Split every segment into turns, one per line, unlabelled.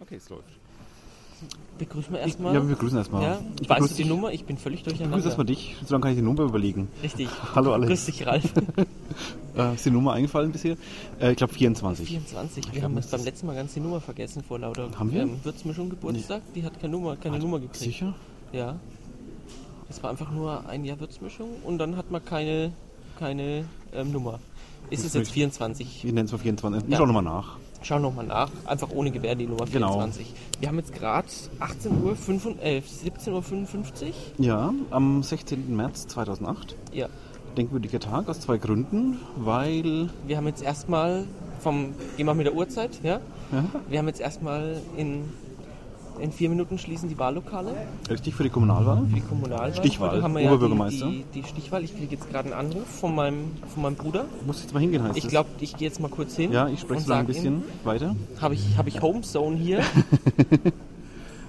Okay, es läuft.
Begrüßen wir
Ich,
erstmal.
ja, wir begrüßen erstmal.
Ja?
ich
Weißt
begrüße
du die
dich.
Nummer? Ich bin völlig
Ich
durcheinander.
begrüße erstmal dich. So lange kann ich die Nummer überlegen.
Richtig.
Hallo Alex.
Grüß dich, Ralf.
Äh, ist die Nummer eingefallen bisher? Äh, ich glaube 24.
24. Wir
glaub,
haben
das
jetzt beim
ist-
letzten Mal ganz die Nummer vergessen vor lauter
Haben wir?
ähm, Würzmischung Geburtstag. Die hat keine Nummer, keine Nummer gekriegt.
Sicher?
Ja. Es war einfach nur ein Jahr Würzmischung und dann hat man keine, keine ähm, Nummer. Ist es jetzt
möglich.
24?
Wir nennen es mal 24. Ich
Ja.
schau nochmal nach.
Schau nochmal nach. Einfach ohne Gewehr die Nummer
Genau.
24. Wir haben jetzt gerade 18 Uhr, 17.55 Uhr. 55.
Ja, am 16. März 2008.
Ja.
Denkwürdiger Tag aus zwei Gründen. Weil
Wir haben jetzt erstmal vom, gehen wir mit der Uhrzeit, ja?
Ja.
Wir haben jetzt erstmal in, in vier Minuten schließen die Wahllokale
richtig für die Kommunalwahl.
für die Kommunalwahl.
Mhm. Stichwahl,
Heute haben wir ja die,
Oberbürgermeister.
die, die Stichwahl. Ich kriege jetzt gerade einen Anruf von meinem, von meinem Bruder.
Muss jetzt mal hingehen, heißt
Ich
es.
glaube, ich gehe jetzt mal kurz hin.
Ja, ich spreche so lange ein bisschen weiter.
Habe ich, hab ich Homezone hier?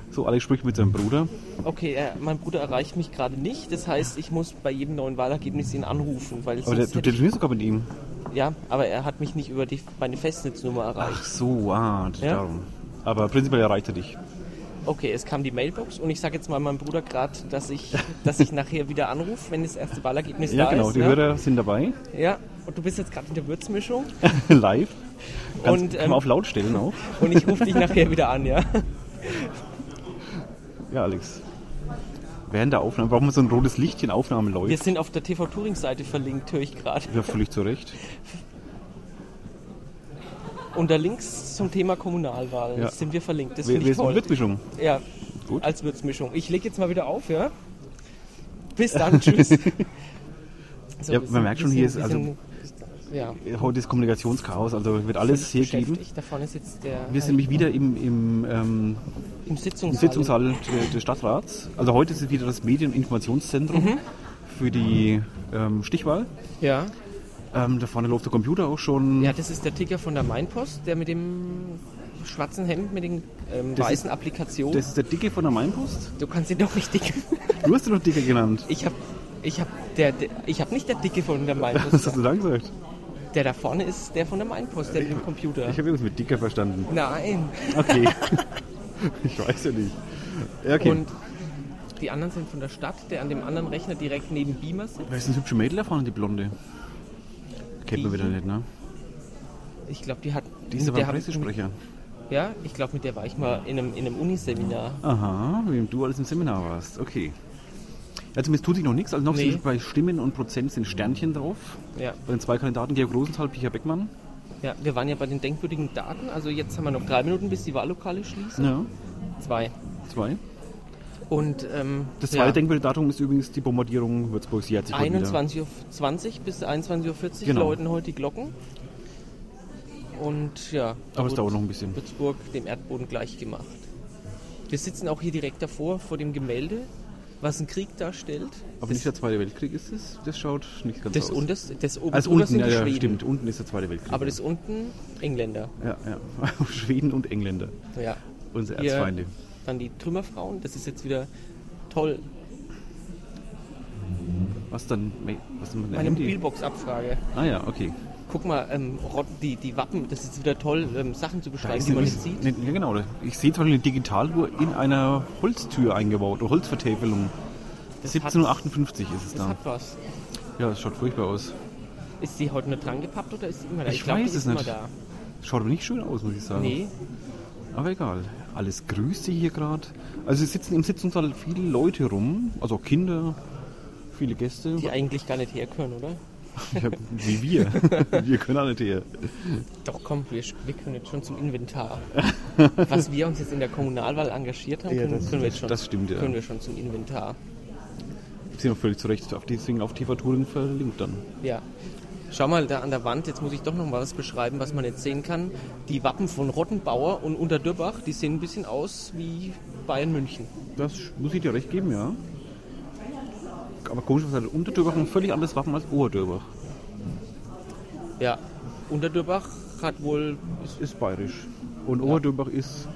So, Alex spricht mit seinem Bruder.
Okay, äh, mein Bruder erreicht mich gerade nicht. Das heißt, ich muss bei jedem neuen Wahlergebnis ihn anrufen, weil
Aber der,
sonst
du
hätte ich,
telefonierst sogar mit ihm.
ja, aber er hat mich nicht über die, meine Festnetznummer erreicht.
Ach so, ah,
Ja.
darum. Aber prinzipiell erreicht er dich.
Okay, es kam die Mailbox und ich sage jetzt mal meinem Bruder gerade, dass ich, dass ich nachher wieder anrufe, wenn das erste Wahlergebnis
Ja,
da
genau,
ist.
die
ne?
Hörer sind dabei.
Ja, und du bist jetzt gerade in der Würzmischung
Live. Ganz,
Und,
kann
ähm,
man auf laut stellen auch.
und ich rufe dich nachher wieder an, ja.
Ja, Alex. Während der Aufnahme, warum so ein rotes Licht in Aufnahme
Wir
läuft,
sind auf der TV Touring Seite verlinkt, höre ich gerade.
ja, völlig zurecht.
Und da links zum Thema Kommunalwahl
Ja.
sind wir verlinkt. Das
Wir,
finde
wir
ich
sind
toll.
Witzmischung.
Ja,
Gut.
als Würzmischung. Ich lege jetzt mal wieder auf, ja? Bis dann, tschüss.
Ja,
So, wir
man
sind-
merkt
wir
schon, hier
sind-
ist also
wir sind- ja,
Heute ist Kommunikationschaos, also wird alles hier gegeben.
beschäftigt. Da vorne sitzt der
Wir sind nämlich wieder im, im, ähm,
im
im
Sitzungssaal.
Sitzungssaal des, des Stadtrats. Also heute ist es wieder das Medien- und Informationszentrum
Mhm.
für die ähm, Stichwahl.
Ja.
Ähm, da vorne läuft der Computer auch schon.
ja, das ist der Ticker von der Mainpost, der mit dem schwarzen Hemd, mit den ähm,
Das
weißen Applikationen.
Das ist der Dicke von der Mainpost.
du kannst ihn doch nicht dick.
Du hast ihn doch Dicke genannt.
Ich hab, ich hab, der, der, ich hab nicht der Dicke von der
Was
Mainpost.
hast du da gesagt?
der da vorne ist der von der Mainpost, der mit dem Computer.
Ich habe irgendwas mit Dicker verstanden.
Nein.
Okay. ich weiß ja nicht. Ja, Okay.
Und die anderen sind von der Stadt, der an dem anderen Rechner direkt neben Beamer sitzt.
Wer ist denn das hübsche Mädel da vorne, die Blonde? Kennt man
Die-
wieder nicht, ne?
Ich glaube, die hat.
Die ist
mit
aber
hab ich-
Pressesprecher.
Ja, ich glaube, mit der war ich mal in einem, in einem Uniseminar.
Aha, wie du alles im Seminar warst. Okay. Ja, zumindest tut sich noch nichts. Also noch
Nee.
sind bei Stimmen und Prozent sind Sternchen drauf.
Ja.
Bei den zwei Kandidaten, Georg Rosenthal, Picher Beckmann.
ja, wir waren ja bei den denkwürdigen Daten. Also jetzt haben wir noch drei Minuten, bis die Wahllokale schließen.
Ja,
Zwei.
zwei.
Und ähm,
Das
ja,
zweite Denkwürdedatum ist übrigens die Bombardierung Würzburgs. Die hat sich heute wieder-
21.20 Uhr bis 21.40 Uhr
Genau.
läuten heute die Glocken. Und ja, da
Aber es
wird
dauert noch ein bisschen.
Würzburg dem Erdboden gleich gemacht. Wir sitzen auch hier direkt davor, vor dem Gemälde, was einen Krieg darstellt.
Aber
das,
nicht der Zweite Weltkrieg ist es. Das schaut nicht ganz
das,
aus.
unterste, das oben
also
drüber
unten,
sind
ja,
die
ja,
Schweden.
stimmt. Unten ist der Zweite Weltkrieg.
Aber das unten Engländer.
ja, ja. Schweden und Engländer.
Ja.
Unsere
Hier
Erzfeinde.
Dann die Trümmerfrauen, das ist jetzt wieder toll.
Was dann? Was denn mit dem
Meine
Handy?
Mobilbox-Abfrage.
Ah ja, okay.
Guck mal, ähm, Rot- die, die Wappen, das ist wieder toll, ähm, Sachen zu beschreiben, die man nicht sieht.
Ne, ja, genau. Ich sehe zum Beispiel eine Digitalruhr in einer Holztür eingebaut, eine Holzvertäfelung.
Das hat-
17.58 Uhr ist es
Das
da.
hat was.
Ja, das schaut furchtbar aus.
Ist die heute nicht dran gepappt oder ist sie immer da?
Ich
die
weiß
ist
es
immer
nicht.
da.
Schaut aber nicht schön aus, muss ich sagen.
Nee,
Aber egal. Alles grüßt sie hier gerade. Also es sitzen im Sitzungssaal viele Leute rum, also auch Kinder, viele Gäste.
die eigentlich gar nicht herkönnen, oder?
Ja, wie wir. wir können alle hier.
Doch komm, wir, wir können jetzt schon zum Inventar. Was wir uns jetzt in der Kommunalwahl engagiert haben,
Ja,
können,
das-
können wir jetzt schon.
das stimmt, ja.
Können wir schon zum Inventar.
Sie sind auch völlig zu Recht auf, deswegen auf TV Touring verlinkt dann.
Ja. Schau mal da an der Wand, jetzt muss ich doch noch mal was beschreiben, was man jetzt sehen kann. Die Wappen von Rottenbauer und Unterdürbach, die sehen ein bisschen aus wie Bayern München.
Das muss ich dir recht geben, ja. Aber komisch, was hat Unterdörbach ein völlig anderes Wappen als Oberdörbach?
Ja. Unterdürbach hat wohl
Es ist bayerisch. Und Oberdörbach ist,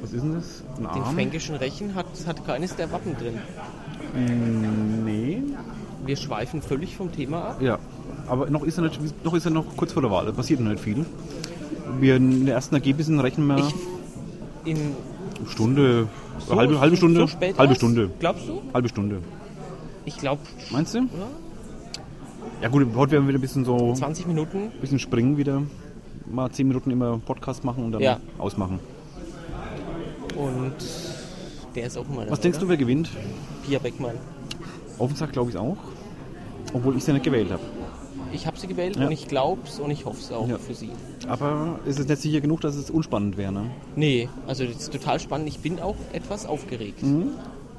was ist denn das? Ein
den
Arm?
fränkischen Rechen, hat, hat keines der Wappen drin.
Mm, Nee.
Wir schweifen völlig vom Thema ab.
Ja. Aber noch ist er, nicht, noch ist er noch kurz vor der Wahl. Da passiert noch nicht viel. Wir in den ersten Ergebnissen rechnen wir
Ich, in
Stunde,
so,
halbe, halbe Stunde,
so spät
halbe
erst?
Stunde,
Glaubst du?
halbe Stunde.
Ich glaube
Meinst du? Ja gut, heute werden wir wieder ein bisschen so,
20 Minuten.
bisschen springen wieder. Mal zehn Minuten immer Podcast machen und dann
Ja.
ausmachen.
Und der ist auch mal.
Was denkst du, wer gewinnt?
Pia Beckmann.
Auf den Sack glaube ich auch. Obwohl ich sie nicht gewählt habe.
Ich habe sie gewählt
Ja.
und ich glaub's und ich hoff's auch
Ja.
für sie.
Aber ist es nicht sicher genug, dass es unspannend wäre, ne?
Nee, also das ist total spannend. Ich bin auch etwas aufgeregt.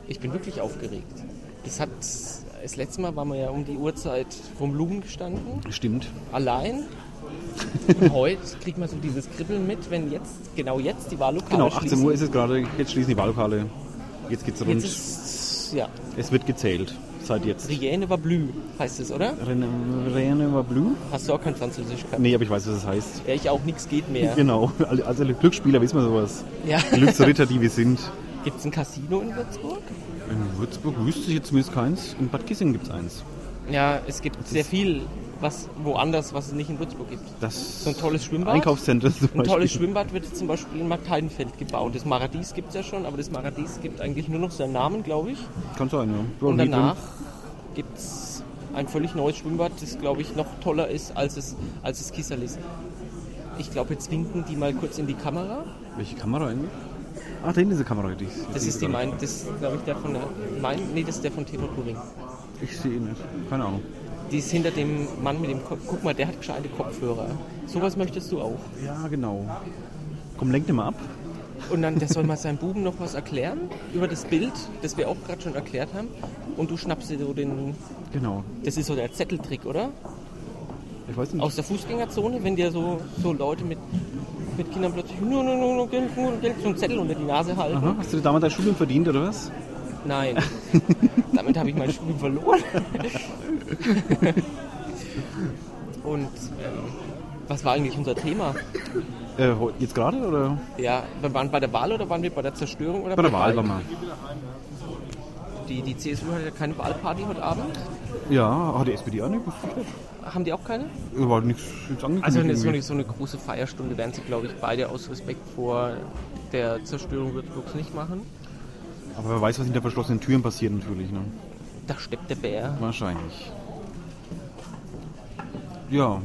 Ich bin wirklich aufgeregt. Das hat. Das letzte Mal waren wir ja um die Uhrzeit vom Lumen gestanden,
Stimmt.
allein. Und heute kriegt man so dieses Kribbeln mit, wenn jetzt, genau jetzt die Wahllokale
Genau, 18 Uhr
schließen.
ist es gerade. Jetzt schließen die Wahllokale. Jetzt geht's rund.
Jetzt ist, ja,
es wird gezählt. Seit jetzt.
Rienne war blü, heißt es, oder?
Rene war blue?
Hast du auch kein Französisch gehabt?
Nee, aber ich weiß, was es heißt.
Ja, ich auch, nix geht mehr.
Genau. Alle- Also Glücksspieler wissen wir sowas.
Ja.
Glücksritter, die wir sind.
Gibt's ein Casino in Würzburg?
In Würzburg wüsste ich jetzt zumindest keins. In Bad Kissing gibt's eins.
Ja, es gibt sehr viel, was woanders, was es nicht in Würzburg gibt.
Das
So ein tolles Schwimmbad?
Einkaufszentrum zum
Ein tolles
Beispiel.
Schwimmbad wird jetzt zum Beispiel in Marktheidenfeld gebaut. Das Paradies gibt's ja schon, aber das Paradies gibt eigentlich nur noch seinen Namen, glaube ich.
Kann sein, ja.
Und danach gibt's ein völlig neues Schwimmbad, das, glaube ich, noch toller ist, als es, als es Kieserl ist. Ich glaube, jetzt winken die mal kurz in die Kamera.
Welche Kamera eigentlich? Ah, da hinten ist eine Kamera. Die,
Das ist die mein, das glaube ich der von der, mein, nee, das ist der von TV Turing.
Ich sehe ihn nicht. Keine Ahnung.
Die ist hinter dem Mann mit dem Kopf. Guck mal, der hat gescheite Kopfhörer. Sowas möchtest du auch.
Ja, genau. Komm, lenk den mal ab.
Und dann, der soll mal seinem Buben noch was erklären über das Bild, das wir auch gerade schon erklärt haben. Und du schnappst dir so den,
Genau.
das ist so der Zetteltrick, oder?
Ich weiß nicht.
Aus der Fußgängerzone, wenn dir so, so Leute mit, mit Kindern plötzlich nur, nur, nur, nur, Geld, nur, Geld, so einen Zettel unter die Nase halten.
Aha, hast du dir damals dein Studium verdient, oder was?
Nein, damit habe ich mein Studium verloren. Und ähm, was war eigentlich unser Thema?
Äh, heu- jetzt gerade, oder?
Ja, wir waren bei der Wahl oder waren wir bei der Zerstörung oder
Bei der
bei
Wahl war
beiden?
mal.
Die, die CSU hat ja keine Wahlparty heute Abend.
Ja, hat die SPD auch nicht? Wusste ich nicht.
Haben die auch keine?
War nichts jetzt angekündigt.
Also eine, so,
irgendwie.
eine, so eine große Feierstunde werden sie, glaube ich, beide aus Respekt vor der Zerstörung Würzburgs nicht machen.
Aber wer weiß, was hinter verschlossenen Türen passiert natürlich, ne?
Da steppt der Bär.
Wahrscheinlich. Ja.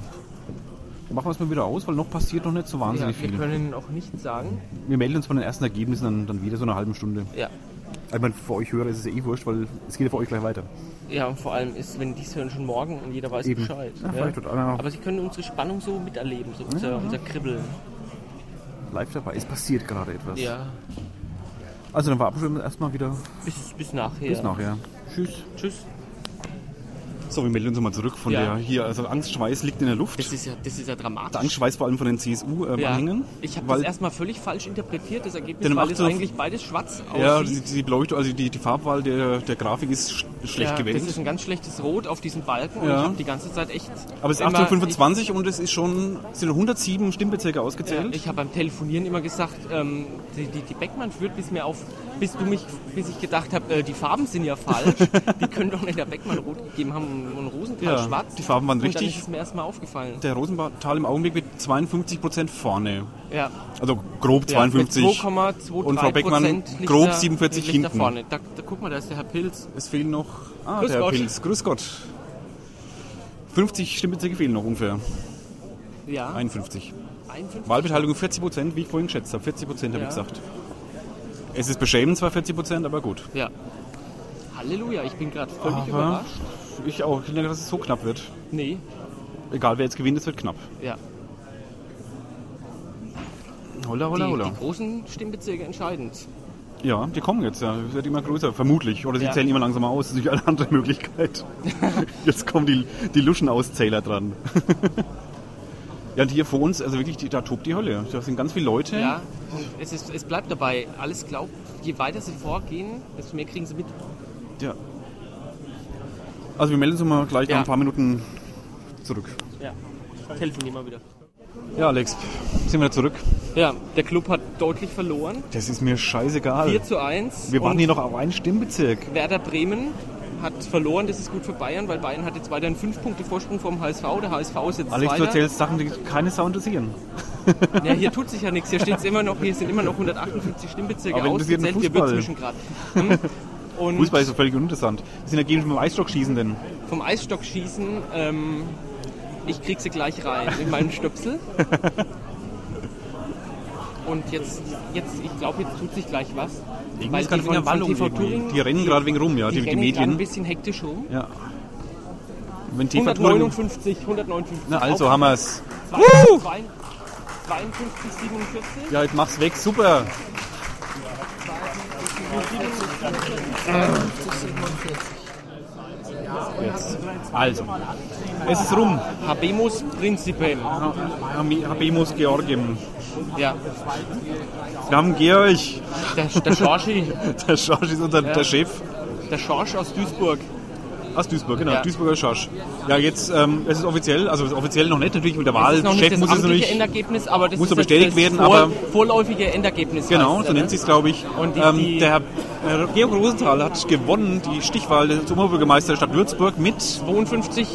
Machen wir es mal wieder aus, weil noch passiert noch nicht so
Ja,
wahnsinnig
wir
viel.
können auch nichts sagen.
Wir melden uns von den ersten Ergebnissen dann, dann wieder so eine halbe Stunde.
Ja.
Ich meine, für euch Hörer ist es ja eh wurscht, weil es geht ja für euch gleich weiter.
Ja, und vor allem ist, wenn die es hören, schon morgen und jeder weiß
Eben.
Bescheid.
Ja, vielleicht wird einer-
Aber sie können unsere Spannung so miterleben, so unser, unser Kribbeln.
Live dabei, es passiert gerade etwas.
Ja,
Also dann verabschieden wir uns erstmal wieder.
bis, bis nachher.
Bis nachher. Tschüss.
Tschüss.
So, wir melden uns mal zurück von
Ja.
der hier. Also Angstschweiß liegt in der Luft.
Das ist ja, das ist ja
Der
dramatisch.
Angstschweiß vor allem von den CSU-Anhängern.
Ja. Ich habe das
äh, weil
erstmal völlig falsch interpretiert, das Ergebnis,
Denn um
weil es
18 Uhr-
eigentlich beides schwarz aussieht.
ja, die, die Beleuchtung, also die, die Farbwahl der, der Grafik ist sch schlecht
Ja, Das ist
gewählt.
ein ganz schlechtes Rot auf diesem Balken und
Ja.
ich habe die ganze Zeit echt.
Aber es ist
immer-
1825 und es ist schon sind 107 Stimmbezirke
Ich, ja,
ausgezählt.
ich habe beim Telefonieren immer gesagt, ähm, die, die, die Beckmann führt bis mir auf, bis du mich, bis ich gedacht habe, äh, die Farben sind ja falsch. die können doch nicht der Beckmann rot gegeben haben und Rosenthal
Ja,
schwarz.
die Farben waren
und Dann
richtig.
ist es mir erstmal aufgefallen.
der Rosenthal im Augenblick mit 52 Prozent vorne.
Ja.
Also grob
Ja, mit
52.
2,23
Und Frau Beckmann
Prozent liegt
grob
da-
47
liegt da
hinten.
Vorne. Da, da, guck mal, da ist der Herr Pilz.
es fehlen noch. Ah,
Grüß
der
Gott.
Pilz. Grüß Gott. 50 Stimmbezirke fehlen noch ungefähr.
Ja.
51.
51.
Wahlbeteiligung 40 Prozent, wie ich vorhin geschätzt habe. 40 Prozent habe
Ja.
ich gesagt. Es ist beschämend zwar 40 Prozent, aber gut.
Ja. Halleluja, ich bin gerade völlig
Aber-
überrascht.
Ich auch. Ich denke, dass es so knapp wird.
Nee,
Egal wer jetzt gewinnt, es wird knapp.
ja.
Holla,
Die,
holla, holla.
die großen Stimmbezirke entscheidend.
Ja, die kommen jetzt, ja. Es wird immer größer, vermutlich. Oder sie
Ja.
zählen immer langsamer aus. Das ist natürlich eine andere Möglichkeit. jetzt kommen die, die Luschenauszähler dran. ja, und hier vor uns, also wirklich, die, da tobt die Hölle. Da sind ganz viele Leute.
Ja, und es, ist, es bleibt dabei. Alles glaubt, je weiter sie vorgehen, desto mehr kriegen sie mit.
Ja. Also wir melden uns mal gleich
Ja.
nach ein paar Minuten zurück.
Ja. Telefonieren mal wieder.
Ja, Alex, sind wir zurück.
Ja, der Club hat deutlich verloren.
Das ist mir scheißegal.
4 zu 1.
wir
und
waren hier noch auf einen Stimmbezirk.
Werder Bremen hat verloren. Das ist gut für Bayern, weil Bayern hat jetzt weiterhin 5 Punkte Vorsprung vom HSV. Der HSV ist jetzt
Alex, du
Zweiter.
erzählst Sachen, die keine Sau interessieren.
Ja, hier tut sich ja nichts. Hier steht es immer noch, hier sind immer noch 158 Stimmbezirke
Aber interessiert den
ausgezählt. Hier wird
Fußball.
zwischen gerade. Hm? Und
Fußball ist so völlig uninteressant. Wir sind dagegen schon beim Eisstockschießen, denn
vom Eisstock schießen, ähm, ich krieg sie gleich rein in meinen Stöpsel. Und jetzt, jetzt ich glaube, jetzt tut sich gleich was.
Irgendwas
Weil
gerade
die
von
Wiener
der Wallung
TV
irgendwie.
Touring,
Die rennen gerade wegen rum, ja, die, die,
rennen gerade ein
Medien.
bisschen hektisch rum.
Ja. Wenn TV Touring.
159, 159.
Na, also haben wir's.
Zwei- zwei- 52, 47.
Ja, jetzt mach's weg, super. Jetzt. Also, es ist rum.
Habemus Principem.
Habemus Georgim.
Ja,
Nam Georg.
der, der Schorschi,
Der Schorsch ist unser der Chef.
der Schorsch aus Duisburg.
Aus Duisburg, genau.
Ja.
Duisburger Schorsch. Ja, jetzt, ähm, es ist offiziell, also offiziell noch nicht, natürlich mit der Wahl.
ist noch
Chef
nicht das
muss es
amtliche
natürlich.
Endergebnis, aber das
muss
ist
noch bestätigt
jetzt das
werden, aber-
vorläufige Endergebnis.
Genau,
heißt
so
er, ne?
nennt sich glaube ich.
Und die- die-
ähm, der Herr, Herr Georg Rosenthal hat gewonnen die Stichwahl des Oberbürgermeisters der Stadt Würzburg mit
52,47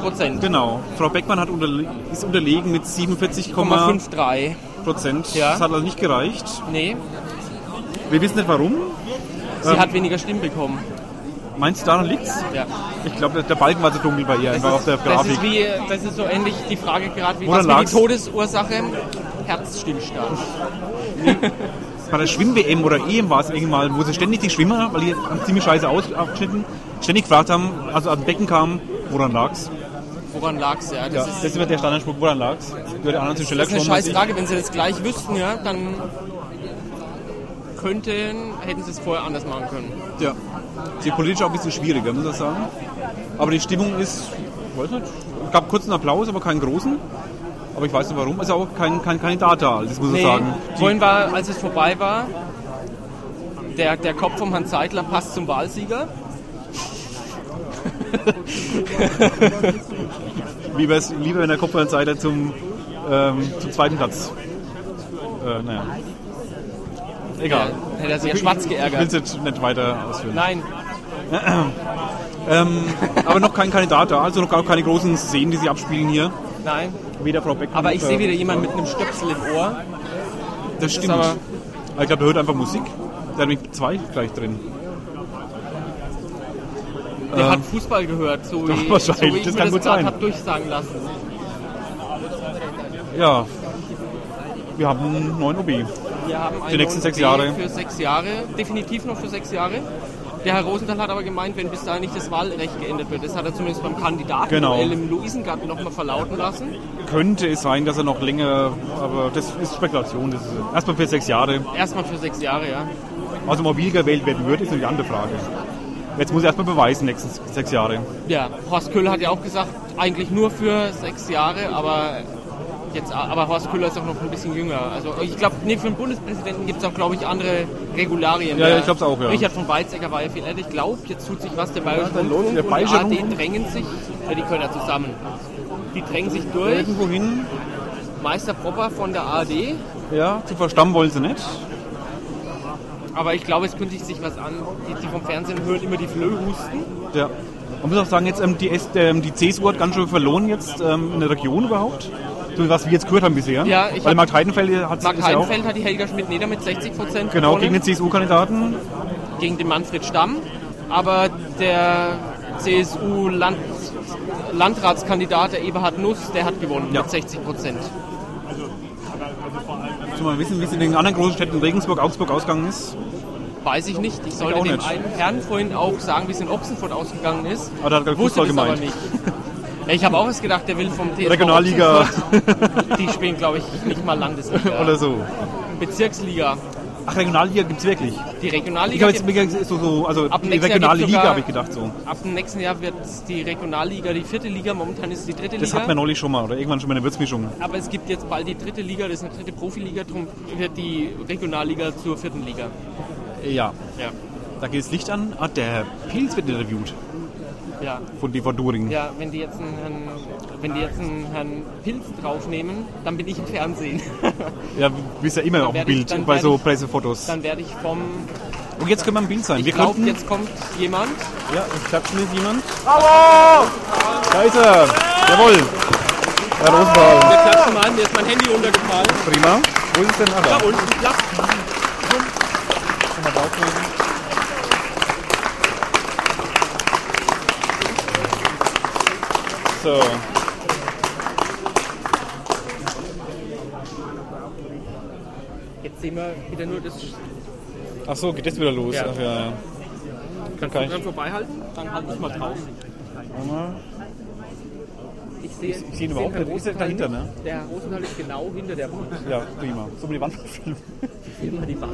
Prozent.
Genau. Frau Beckmann hat unterle ist unterlegen mit 47,5
53.
Prozent.
Ja.
Das hat also nicht gereicht.
Nee,
Wir wissen nicht warum. Ähm,
sie hat weniger Stimmen bekommen.
Meinst du, daran liegt's?
Ja.
Ich glaube, der Balken war zu dunkel bei ihr, einfach auf der
das, ist
Grafik.
wie, das ist so ähnlich die Frage gerade wie
Woran
was war die
lag's?
Todesursache? Herzstillstand.
Bei der Schwimm-WM oder EM war es irgendwann mal, wo sie ständig die Schwimmer, weil die haben ziemlich scheiße aus- abgeschnitten, ständig gefragt haben, also am Becken kamen, woran lag's?
Woran lag's ja? Das
Ja,
ist
das ist immer der Standardspruch, woran lag's? Würde anderen zum Schneller
Das ist eine
geschoben als
scheiß
ich.
Frage, wenn sie das gleich wüssten, ja, dann könnten, hätten sie es vorher anders machen können.
Ja. Ist hier politisch auch ein bisschen schwieriger, muss ich sagen. Aber die Stimmung ist, ich weiß nicht, es gab kurzen Applaus, aber keinen großen. Aber ich weiß nicht warum. Ist auch kein, kein Kandidat da, das muss ich sagen.
vorhin war, als es vorbei war, der, der Kopf vom Herrn Zeitler passt zum Wahlsieger.
Wie wär's lieber, wenn der Kopfhörerseite zum, ähm, zum zweiten Platz? Äh, naja. Egal.
Ja, hätte er sich ja schwarz
Ich will es
geärgert.
jetzt nicht weiter ausführen.
Nein,
Ähm, aber noch kein Kandidat da, also noch gar keine großen Szenen, die sie abspielen hier.
nein.
Weder Frau Beck äh,
Aber ich sehe wieder jemanden mit einem Stöpsel im Ohr.
Das stimmt.
aber-
ich glaube, der hört einfach Musik. Der hat nämlich zwei gleich drin.
Der hat Fußball gehört, so wie, so
wahrscheinlich,
wie ich
das
mir
kann
das
gut
gerade
sein.
habe durchsagen lassen.
Ja. Wir haben einen neuen OB.
Wir haben einen
die nächsten
neuen
sechs
B
Jahre.
Für sechs Jahre, definitiv noch für sechs Jahre. Der Herr Rosenthal hat aber gemeint, wenn bis dahin nicht das Wahlrecht geändert wird. Das hat er zumindest beim Kandidaten
Genau.
im Luisengarten nochmal verlauten lassen.
Könnte es sein, dass er noch länger, aber das ist Spekulation. Das ist erstmal für sechs Jahre.
Erstmal für sechs Jahre, ja.
Also mobil gewählt werden würde, ist eine andere Frage. Jetzt muss er erstmal beweisen, nächsten sechs Jahre.
Ja, Horst Köhler hat ja auch gesagt, eigentlich nur für sechs Jahre, aber jetzt, aber Horst Köhler ist auch noch ein bisschen jünger. Also ich glaube, nee, für den Bundespräsidenten gibt es auch, glaube ich, andere Regularien.
Ja,
Der
ja, ich glaub's auch, ja.
Richard von Weizsäcker war ja viel älter. Ich glaube, jetzt tut sich was. Der Bayerische
Ja, dann läuft
Rundfunk
der Bayerische
und AD
Rundfunk.
drängen sich, ja, die können ja zusammen. Die drängen sich durch.
Irgendwohin,
Meister Propper von der ARD.
ja, zu verstammen wollen sie nicht.
Aber ich glaube, es kündigt sich was an. Die, die vom Fernsehen hören immer die Flöhe husten.
Ja. Man muss auch sagen, jetzt ähm, die, S ähm, die CSU hat ganz schön verloren jetzt ähm, in der Region überhaupt. So was wir jetzt gehört haben bisher.
Ja, ich
Weil
hab-
Mark Heidenfeld hat
Mark
ist ja auch
Heidenfeld hat die Helga Schmidt-Neder mit 60 Prozent
genau gegen den CSU-Kandidaten.
gegen den Manfred Stamm, aber der CSU-Land. Landratskandidat, der Eberhard Nuss, der hat gewonnen
Ja.
mit 60 Prozent.
Zum mal wissen, wie es in den anderen großen Städten Regensburg, Augsburg ausgegangen ist.
Weiß ich nicht. Ich sollte
auch
dem
nicht.
einen Herrn vorhin auch sagen, wie es in Ochsenfurt ausgegangen ist.
Aber Ah, da hat er
Wusste
Fußball
das aber
gemeint.
nicht. Ja, ich habe auch erst gedacht, der will vom TSV
Regionalliga
Ochsenfurt. Die spielen, glaube ich, nicht mal Landesliga.
oder so.
Bezirksliga.
Ach, Regionalliga gibt's wirklich.
Die
Ich
Regionalliga
habe jetzt mir gesagt, so, so, also
Ab dem
die
nächsten Jahr
regionale
gibt's
Liga
sogar-
habe ich gedacht so.
Ab dem nächsten Jahr wird die Regionalliga die vierte Liga, momentan ist die dritte
Das
Liga.
hat man neulich schon mal oder irgendwann schon mal eine Würzmischung.
aber es gibt jetzt bald die dritte Liga, das ist eine dritte Profiliga, darum wird die Regionalliga zur vierten Liga.
Ja.
Ja.
Da geht das Licht an. Ah, der Herr Pilz wird interviewt
Ja,
von TV During.
ja wenn, die jetzt einen Herrn, wenn die jetzt einen Herrn Pilz draufnehmen, dann bin ich im Fernsehen.
Ja, du bist ja immer auf dem
werd ich-
Bild
dann
bei
werd
so
ich-
Pressefotos.
dann werde ich vom.
Und jetzt können wir im Bild sein. Wir
Ich glaube,
klopfen.
jetzt kommt jemand.
Ja, es klatscht mit jemand. Hallo! Da ist er. Jawohl. Herr Rosenthal.
Wir klatschen mal, mir ist mein Handy runtergefallen.
Prima. Wo ist es denn? Ah,
Da
da.
unten platzt.
So.
Jetzt sehen wir wieder nur das. Sch-
Ach so, geht jetzt wieder los.
Ja.
Ach, ja, ja.
Kannst
Kann
du
ich-
dran vorbeihalten? Dann halt ich mal drauf. Ich sehe
ich sehe ihn überhaupt
Herrn
nicht. Ist er
Rosenthal
dahinter,
nicht. Der Herr Rosenthal ist genau hinter der Wand.
ja, prima. So mit die Wand filmen.
Immer die Wand.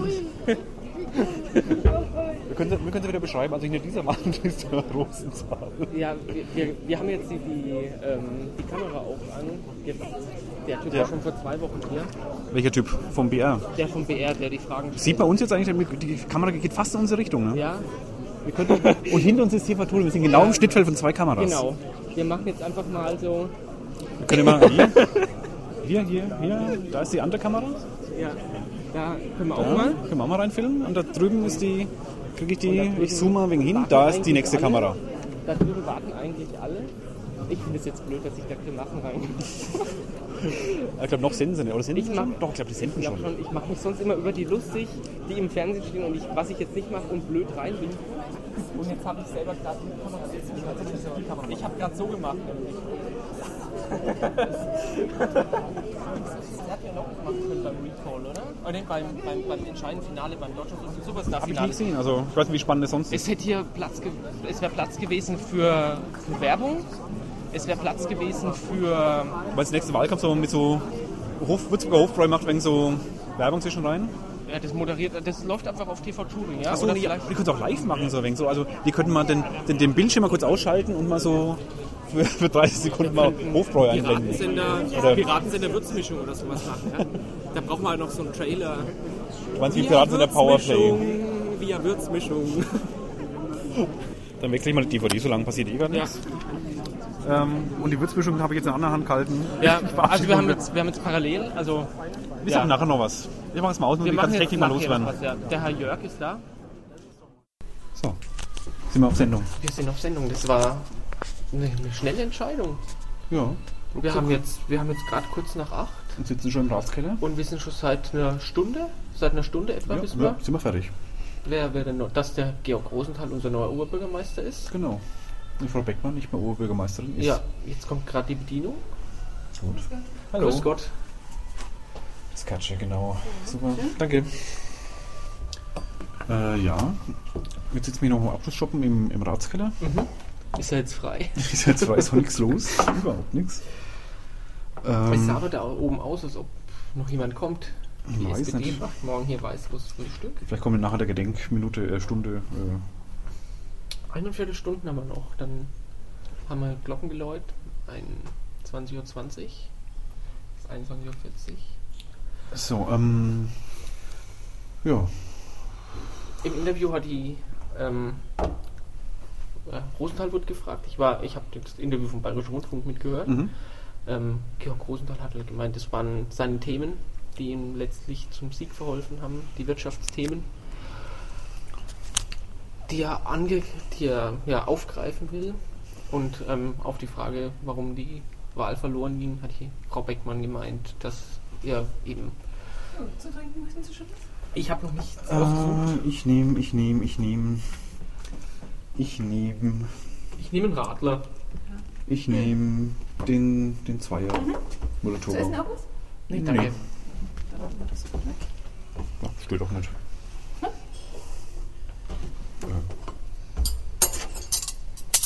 Wir können, sie- wir können sie wieder beschreiben. Also nicht dieser Mann, das ist der Rosenthal.
Ja, wir, wir, wir haben jetzt die, die, ähm, die Kamera auch an. Jetzt, der Typ
Ja.
war schon vor zwei Wochen hier.
Welcher Typ? Vom BR.
Der vom BR, der die Fragen stellt.
Sieht bei uns jetzt eigentlich, die Kamera geht fast in unsere Richtung. Ne?
Ja,
Wir könnten, und hinter uns ist die Vertul. Wir sind genau im Schnittfeld von zwei Kameras.
genau. Wir machen jetzt einfach mal so.
Wir können mal hier, hier, hier, hier. Da ist die andere Kamera.
Ja, da können wir auch
Ja,
mal.
können wir auch mal reinfilmen. Und da drüben ist die, kriege ich die, ich zoome mal wegen hin. Da ist die nächste Kamera.
Da drüben warten eigentlich alle. Ich finde es jetzt blöd, dass ich da Grimassen rein.
Ich glaube, noch senden sie nicht. Oder senden
Ich
sie
mach-
schon? Doch, ich glaube, die senden
Ich glaube
schon.
schon, ich mache mich sonst immer über die lustig, die im Fernsehen stehen und ich, was ich jetzt nicht mache und blöd rein bin. Und jetzt habe ich selber gerade die Kamera jetzt nicht tatsächlich so die Kamera. Ich habe gerade so gemacht. nämlich. Das hat ja noch gemacht können beim Recall, oder? Oder nee, beim, beim, beim entscheidenden Finale, beim Deutschen
Habe ich nie
Superstar-Finale.
gesehen. Also, ich weiß nicht, wie spannend es sonst ist.
Es hätte hier Platz, ge es wäre Platz gewesen für, für Werbung. Es wäre Platz gewesen für
Weil das nächste Wahlkampf so mit so Hof, Würzburger Hofbräu macht, wegen so Werbung zwischen rein.
ja, äh, das moderiert, das läuft einfach auf TV Touring, ja?
Achso,
Oder
nee,
vielleicht-
die können es auch live machen, so ein wenig. So, also, die könnten mal den, den, den Bildschirm mal kurz ausschalten und mal so für, für 30 Sekunden mal Hofbräu einblenden.
Piratensender,
Oder-
Piratensender Würzmischung oder sowas machen. Ja? Da brauchen wir halt noch so einen Trailer.
Du meinst, die Piraten sind der Powerplay.
Würzmischung, Via Würzmischung.
Dann wechsle ich mal die DVD, so lange passiert eh gar nichts. Ähm, und die Würzmischung habe ich jetzt in der anderen Hand gehalten.
Ja,
Ich verabschiede
also wir haben,
mich.
jetzt, wir haben jetzt parallel, also
Ist
ja.
auch nachher noch was. Ich mache es mal aus,
wir
und kann
machen
es
jetzt
richtig mal
nachher noch
loswerden.
was, ja. Der Herr Jörg ist da.
So, sind wir auf Sendung.
Wir sind auf Sendung, das war eine, eine schnelle Entscheidung.
Ja,
Und wir haben jetzt, wir haben jetzt gerade kurz nach acht
und sitzen schon im Ratskeller.
und wir sind schon seit einer Stunde, seit einer Stunde etwa
Ja,
wissen
ja,
wir,
sind wir fertig.
wer, wer denn noch, dass der Georg Rosenthal unser neuer Oberbürgermeister ist.
Genau. Und Frau Beckmann, nicht mehr Oberbürgermeisterin, ist
Ja, jetzt kommt gerade die Bedienung.
gut. Hallo.
Grüß Gott.
Das Katsche, genau. Super. Danke. Äh, ja. Jetzt sitzen wir noch im Abschlussshoppen im, im Ratskeller.
Ist er jetzt frei?
Ist jetzt weiß auch nichts los. Überhaupt nichts.
Es
Ähm,
sah aber da oben aus, als ob noch jemand kommt. Die
Weiß
SPD
nicht.
macht morgen hier weißes Frühstück.
vielleicht kommen wir nachher der Gedenkminute, äh, Stunde. Äh,
Eineinviertel Stunden haben wir noch. Dann haben wir Glocken geläut. Ein 20.20 Uhr. 20, 21.40 Uhr.
So, ähm. Ja,
Im Interview hat die ähm, äh, Rosenthal wird gefragt. Ich war, ich habe das Interview vom Bayerischen Rundfunk mitgehört.
Mhm.
Ähm, Georg Rosenthal hat halt gemeint, das waren seine Themen, die ihm letztlich zum Sieg verholfen haben, die Wirtschaftsthemen, die er, ange die er ja, aufgreifen will. Und ähm, auf die Frage, warum die Wahl verloren ging, hat hier Frau Beckmann gemeint, dass er eben.
Zu trinken möchten Sie schon?
Ich habe noch nichts ausgesucht.
äh, ich nehme, ich nehme, ich nehme. Ich nehme,
Ich nehme einen Radler.
ich nehme den, den Zweier. Oder
Zu essen
Turbo.
auch was?
Nee, danke.
Nee. Ach, steht doch nicht.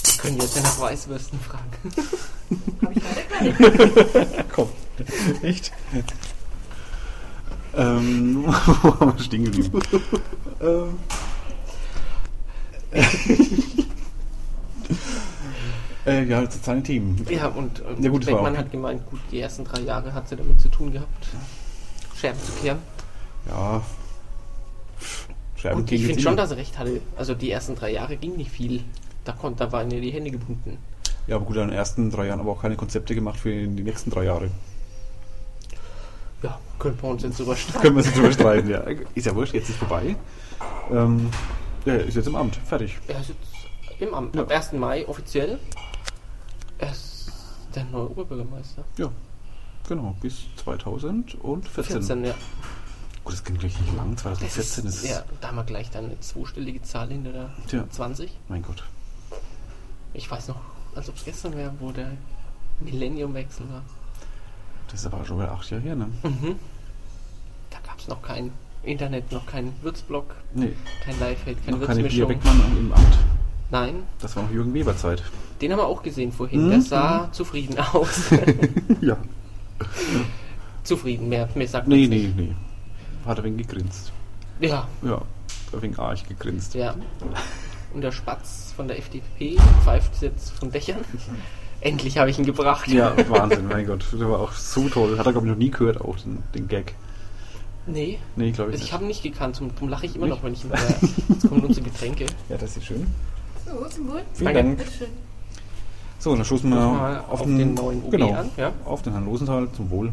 Wir können jetzt ja nach Weißwürsten fragen.
Komm. Echt? ähm, wo haben wir stehen geblieben? ähm. äh, ja, jetzt seine Themen.
Ja, und ähm,
Ja, gut, das war
Beckmann
auch-
hat gemeint, gut, die ersten drei Jahre hat sie damit zu tun gehabt, Scherben zu kehren.
Ja. Scherben
Und ich
Ähm, gegen
finde
die-
schon, dass er recht hatte. Also die ersten drei Jahre ging nicht viel. Da, kon- da waren ja die Hände gebunden.
Ja, aber gut, in den ersten drei Jahren aber auch keine Konzepte gemacht für die nächsten drei Jahre.
Ja, können wir uns jetzt drüber streiten.
Können wir uns drüber streiten, ja. Ist ja wurscht, jetzt ist vorbei. Ähm, ja, ist jetzt im Amt, fertig.
Er ist jetzt im Amt.
Ja.
Ab 1. Mai offiziell. Er ist der neue Oberbürgermeister.
Ja, Genau, bis 2014.
14, ja.
Gut, das klingt richtig lang. 2014 ist.
ja, da haben wir gleich dann eine zweistellige Zahl hinter der
Tja.
20.
Mein Gott.
Ich weiß noch, als ob es gestern wäre, wo der Millenniumwechsel war.
Das ist aber schon wieder acht Jahre her, ne?
Da gab es noch kein Internet, noch kein Würzblock,
Nee.
kein Live-Hate, keine
noch keine Bier
Würzmischung.
Beckmann im Amt.
Nein,
Das war noch Jürgen Weber Zeit.
den haben wir auch gesehen vorhin.
Mhm.
Der sah zufrieden aus.
ja.
zufrieden, mehr, mehr sagt
Nee,
man's
nee, nee. Hat ein wenig gegrinst.
nicht. Ja,
Ja. Ein wenig arg gegrinst.
ja. Und der Spatz von der FDP pfeift jetzt von Dächern. Endlich habe ich ihn gebracht.
Ja, Wahnsinn, mein Gott. Der war auch so toll. Hat er, glaube ich, noch nie gehört, auch den, den Gag.
Nee,
Nee, glaube ich
also
nicht.
ich habe ihn nicht gekannt, zum- darum lache ich immer
Nicht?
noch, wenn ich ihn höre. Jetzt kommen unsere Getränke.
Ja, das ist schön.
So, zum Wohl.
Vielen
Danke.
Dank.
Bitteschön.
So, dann stoßen wir
Stoßen wir
auf,
auf
den,
den neuen OB
genau,
an, ja?
auf den Herrn Rosenthal zum Wohl.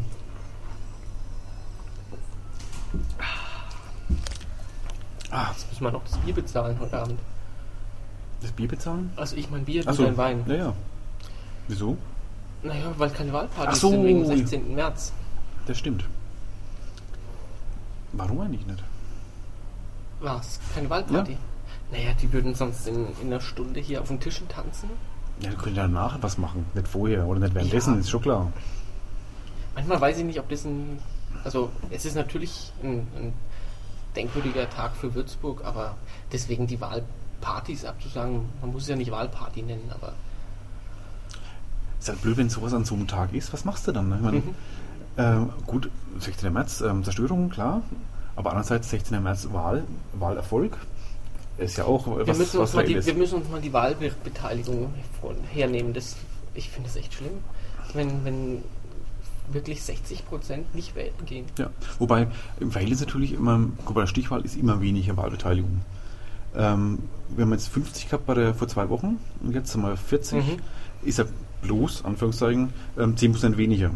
Jetzt müssen wir noch das Bier bezahlen heute Abend.
Ah, Das Bier bezahlen?
Also ich mein Bier, du
Achso,
dein Wein.
Ja, ja. Wieso?
Naja, weil keine
Ach
Wahlpartys
so.
sind wegen 16. März.
Das stimmt. Warum eigentlich nicht?
Was? Keine Wahlparty? Naja, die würden sonst in, in einer Stunde hier auf den Tischen tanzen.
Ja, wir können ja danach was machen. Nicht vorher oder nicht währenddessen,
Ja.
ist schon klar.
Manchmal weiß ich nicht, ob das ein. Also, es ist natürlich ein, ein denkwürdiger Tag für Würzburg, aber deswegen die Wahlpartys abzusagen, man muss es ja nicht Wahlparty nennen, aber
Ist halt blöd, wenn sowas an so einem Tag ist. Was machst du dann? ne? Ich meine,
Mhm.
ähm, gut, 16. März, ähm, Zerstörung, klar. Aber andererseits 16. März Wahl, Wahlerfolg. Ist ja auch äh,
wir,
was,
müssen
was
uns mal die,
Reelles.
wir müssen uns mal die Wahlbeteiligung vor- hernehmen. Das, ich finde das echt schlimm, wenn, wenn wirklich 60 Prozent nicht wählen gehen.
Ja, wobei im Verhältnis natürlich immer, guck mal, Stichwahl ist immer weniger Wahlbeteiligung. Ähm, wir haben jetzt 50 gehabt bei der, vor zwei Wochen und jetzt haben wir 40.
Mhm.
Ist ja bloß, Anführungszeichen, ähm, 10% weniger.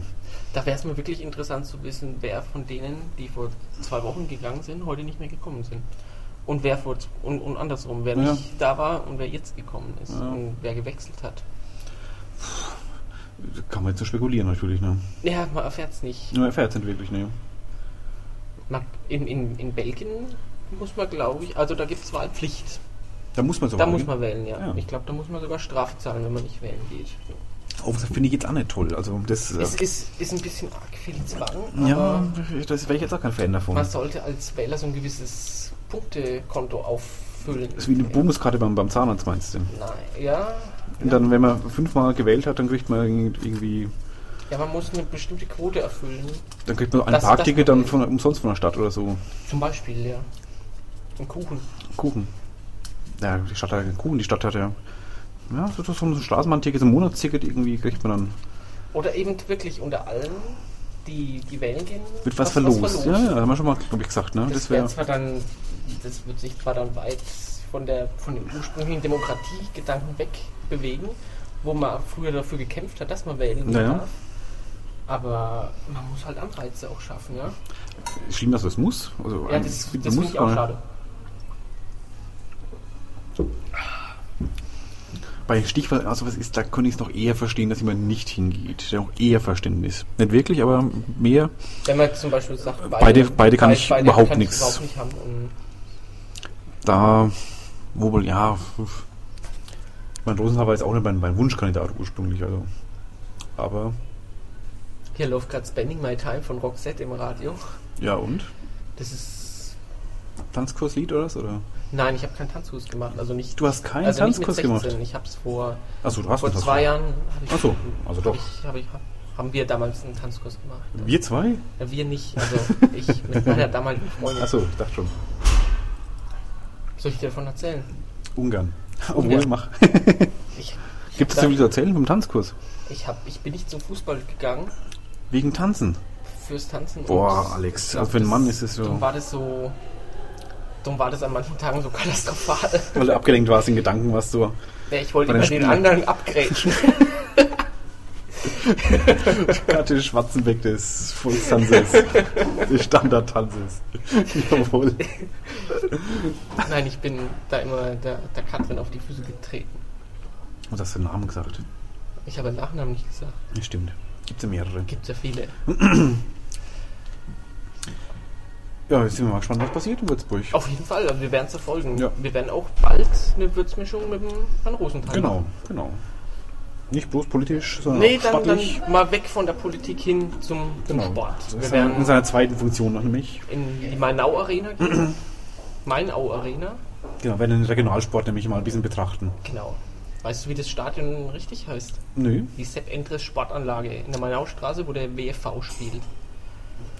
Da wäre es mir wirklich interessant zu wissen, wer von denen, die vor zwei Wochen gegangen sind, heute nicht mehr gekommen sind. Und wer vor und, und andersrum, wer
Ja.
nicht da war und wer jetzt gekommen ist
Ja.
und wer gewechselt hat.
Kann man jetzt so spekulieren natürlich, ne?
Ja, man erfährt es nicht.
Nur erfährt sind wirklich, ne?
Man, in, in, in Belgien muss man, glaube ich, also da gibt es Wahlpflicht.
Da muss man so
Da muss man wählen, ja.
Ja.
Ich glaube, da muss man sogar Strafe zahlen, wenn man nicht wählen geht.
Oh, das finde ich jetzt auch nicht toll. Also das, äh,
Es ist, ist ein bisschen arg viel Zwang, aber
ja, das wäre ich jetzt auch kein Fan davon.
man
Das
sollte als Wähler so ein gewisses Punktekonto auffüllen.
ist wie eine Bonuskarte beim, beim Zahnarzt, meinst du?
Nein, ja,
Und dann, wenn man fünfmal gewählt hat, dann kriegt man irgendwie,
Ja, man muss eine bestimmte Quote erfüllen.
dann kriegt man ein
Das- das-
Parkticket dann von, umsonst von der Stadt oder so.
Zum Beispiel, ja. Ein Kuchen.
Kuchen. Ja, die Stadt hat ja keinen Kuchen, die Stadt hat ja. Ja, so so- so ein Straßenbahnticket, so ein Monatsticket irgendwie kriegt man dann.
Oder eben wirklich unter allen, die, die wählen gehen.
Wird was, verlost. Ja, ja, haben wir schon mal, glaube ich, gesagt, ne?
Das,
Das
wäre
wäre.
zwar dann, das wird sich zwar dann weit von, der, von dem ursprünglichen Demokratiegedanken wegbewegen, wo man früher dafür gekämpft hat, dass man wählen
Ja, ja.
darf. Aber man muss halt Anreize auch schaffen, ja.
Schlimm, dass das muss. Also,
Ja,
ein-
das, das
man
finde ich auch
aber-
schade.
Bei Stichwahl, also was ist, da könnte ich es noch eher verstehen, dass jemand nicht hingeht. Der auch eher Verständnis. Nicht wirklich, aber mehr.
Wenn man zum Beispiel sagt, beide,
beide kann ich überhaupt nichts.
überhaupt nicht haben um und
Da, wo wohl, ja. pf. Mein Rosenthal war jetzt auch nicht mein, mein Wunschkandidat ursprünglich, also. Aber,
Hier läuft gerade Spending My Time von Roxette im Radio.
ja und?
Das ist.
Tanzkurslied oder was? Oder?
Nein, ich habe keinen Tanzkurs gemacht. Also nicht.
Du hast keinen
also nicht mit
Tanzkurs
16.
gemacht.
Ich habe es vor,
Achso, du hast
vor
einen Tanzkurs.
zwei Jahren. hab ich-
Ach so, also
hab
doch.
Ich, hab ich, hab, haben wir damals einen Tanzkurs gemacht.
Wir zwei?
Ja, wir nicht. Also ich mit meiner damaligen Freundin.
Achso, ich dachte schon.
Soll ich dir davon erzählen?
Ungarn. Obwohl,
Ungarn.
mach.
Ich,
Gibt es zu viel zu erzählen vom Tanzkurs?
ich, hab, ich bin nicht zum Fußball gegangen
Wegen Tanzen.
fürs Tanzen.
Boah,
und
Alex,
ich glaub,
also für einen
das-
Mann ist es so-
Darum war das so. Darum war das an manchen Tagen so katastrophal.
Weil du abgelenkt warst in Gedanken, was du.
Ja, ich wollte
Bei den
immer den
Spielern.
anderen abgrätschen.
Katte Schwarzenbeck des Volkstanzes. des Standardtanzes. Jawohl.
Nein, ich bin da immer der, der Katrin auf die Füße getreten.
Und hast den Namen gesagt.
Ich habe den Nachnamen nicht gesagt.
Ja, stimmt. Gibt es ja mehrere.
Gibt es ja viele.
Ja, jetzt sind wir mal gespannt, was passiert in Würzburg.
Auf jeden Fall, also wir werden es verfolgen.
Ja.
Wir werden auch bald eine Würzmischung mit dem Herrn Rosenthal machen.
Genau, genau. Nicht bloß politisch, sondern
Nee,
auch
dann, dann
sportlich.
mal weg von der Politik hin zum, zum
genau.
Sport.
Das
Wir
ist in
werden
seiner zweiten Funktion noch nämlich.
in die Mainau Arena gehen. Mainau Arena,
Genau, werden den Regionalsport nämlich mal ein bisschen betrachten.
genau. Weißt du, wie das Stadion richtig heißt?
Nö.
Die Sepp Endres Sportanlage in der Mainaustraße, wo der WFV spielt.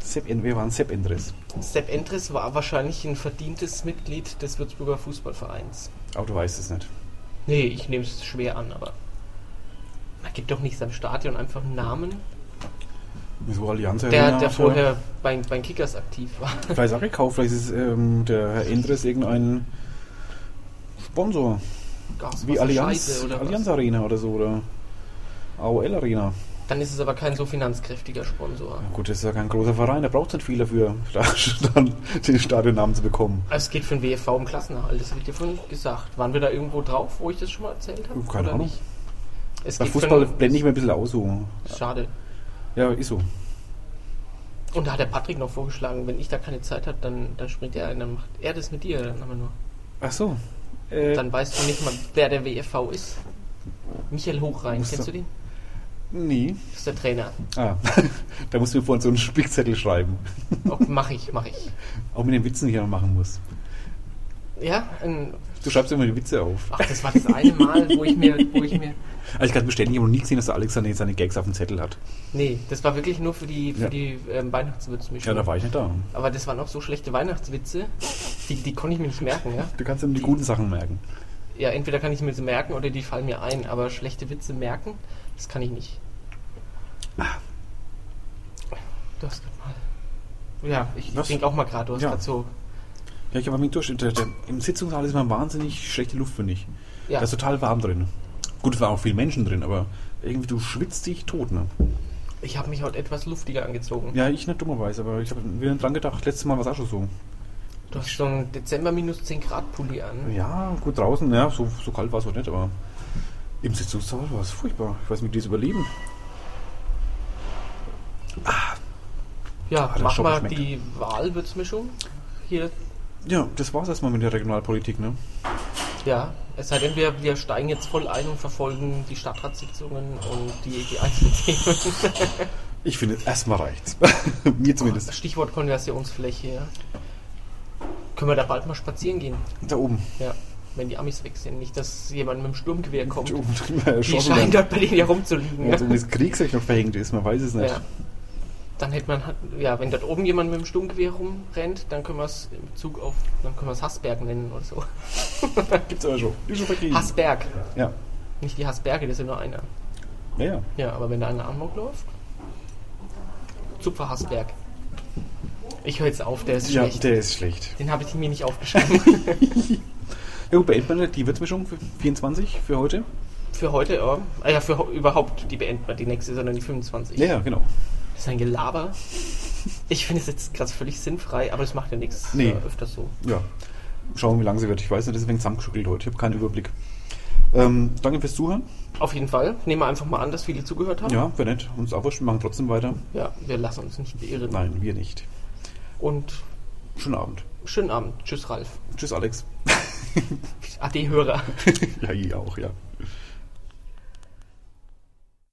Sepp, End- wir waren Sepp Endres.
Sepp Endres war wahrscheinlich ein verdientes Mitglied des Würzburger Fußballvereins.
Aber du weißt es nicht.
Nee, ich nehme es schwer an, aber man gibt doch nicht seinem Stadion einfach einen Namen,
Wieso Allianz
der,
Arena,
der
so?
vorher bei, bei Kickers aktiv war.
Vielleicht auch gekauft, vielleicht ist ähm, der Herr Endres irgendein Sponsor.
Gaswasser-
Wie Allianz,
Scheiße oder was.
Allianz Arena oder so oder AOL Arena.
Dann ist es aber kein so finanzkräftiger Sponsor.
Ja, gut, das ist ja kein großer Verein, da braucht es nicht viel dafür, da dann den Stadionnamen zu bekommen.
Also es geht für den WFV um Klassenerhalt, das habe ich dir vorhin gesagt. Waren wir da irgendwo drauf, wo ich das schon mal erzählt habe?
Keine Ahnung.
Es
Bei
geht für
Fußball
den-
blende ich mir ein bisschen aus. So.
Schade.
Ja, ist so.
Und da hat der Patrick noch vorgeschlagen, wenn ich da keine Zeit habe, dann, dann springt er ein, dann macht er das mit dir dann aber nur.
Ach so. Äh,
Dann weißt du nicht mal, wer der WFV ist. Michael Hochrein,
Musst
kennst du
du-
den?
nee.
Das ist der Trainer.
Ah, da musst du mir vorhin so einen Spickzettel schreiben.
Auch, mach ich, mach ich.
Auch mit den Witzen, die ich noch machen muss.
Ja, ein,
Du schreibst immer die Witze auf.
ach, das war das eine Mal, wo ich mir, wo ich mir.
Also ich kann beständig noch nie gesehen, dass der Alex seine, seine Gags auf dem Zettel hat.
Nee, das war wirklich nur für die, für
Ja.
die ähm, Weihnachtswürzmischung.
Ja, da war ich nicht da.
Aber das waren auch so schlechte Weihnachtswitze, die, die konnte ich mir nicht merken, ja.
Du kannst dir nur die guten Sachen merken.
Ja, entweder kann ich mir sie merken oder die fallen mir ein, aber schlechte Witze merken, das kann ich nicht.
Ah.
Du hast grad mal. Ja, ich
Was?
trinke auch mal gerade, du hast
Ja.
grad so.
Ja, ich habe mich durch. Der, der, Im Sitzungssaal ist immer wahnsinnig schlechte Luft, finde ich.
Ja,
Da ist total warm drin. Gut, es waren auch viele Menschen drin, aber irgendwie du schwitzt dich tot, ne?
ich habe mich heute etwas luftiger angezogen.
Ja, ich nicht dummerweise, aber ich habe wieder dran gedacht. Letztes Mal war es auch schon so.
Du hast so einen Dezember minus 10 Grad Pulli an.
Ja, gut draußen, ja, so, so kalt war es wohl nicht, aber im Sitzungssaal war es furchtbar. Ich weiß nicht, wie die es überleben.
Ja,
Hat das
mach
schon
mal
geschmeckt.
die Wahlwürzmischung. Hier,
Ja, das war's erstmal mit der Regionalpolitik, ne?
ja. Es sei denn, wir, wir steigen jetzt voll ein und verfolgen die Stadtratssitzungen und die, die einzelnen Themen.
Ich finde, erstmal reicht's. Mir zumindest.
Stichwort Konversionsfläche. ja. Können wir da bald mal spazieren gehen?
Da oben.
Ja, wenn die Amis weg sind. Nicht, dass jemand mit dem Sturmgewehr kommt.
Da oben drin war
Die
erschossen
scheinen
worden.
dort bei denen ja rumzuliegen.
Wenn
Ja.
es um das Kriegsrecht noch verhängt ist, man weiß es nicht.
Ja. Dann hätte man, hat- ja, wenn dort oben jemand mit dem Sturmgewehr rumrennt, dann können wir es in Bezug auf, dann können wir es Hassberg nennen oder so.
Gibt's aber schon. Ist schon vergeben.
Hassberg.
Ja.
Nicht die Hassberge, das ist ja nur einer.
Ja, ja.
Ja, aber wenn da einer Amok läuft, Zupfer Hassberg. Ich höre jetzt auf, der ist
Ja,
schlecht.
der ist schlecht.
Den habe ich mir nicht aufgeschrieben.
Ja gut, beendet man die Würzmischung für 24 für heute?
für heute, ja. Ah ja, für ho- überhaupt, die beenden wir die nächste, sondern die 25.
Ja, ja, genau.
Das ist ein Gelaber. Ich finde es jetzt gerade völlig sinnfrei, aber das macht ja nichts.
Nee.
Äh, öfters so.
Ja. Schauen wir, wie lang sie wird. Ich weiß nicht, deswegen zusammengeschüttelt heute. Ich habe keinen Überblick. Ähm, danke fürs Zuhören.
Auf jeden Fall. Nehmen wir einfach mal an, dass viele zugehört haben.
Ja, wenn nicht, uns auch wurscht, wir machen trotzdem weiter.
Ja, wir lassen uns nicht beirren.
Nein, wir nicht.
Und
Schönen Abend.
schönen Abend. Tschüss, Ralf.
Tschüss, Alex.
Ade, Hörer.
ja, ihr auch, ja.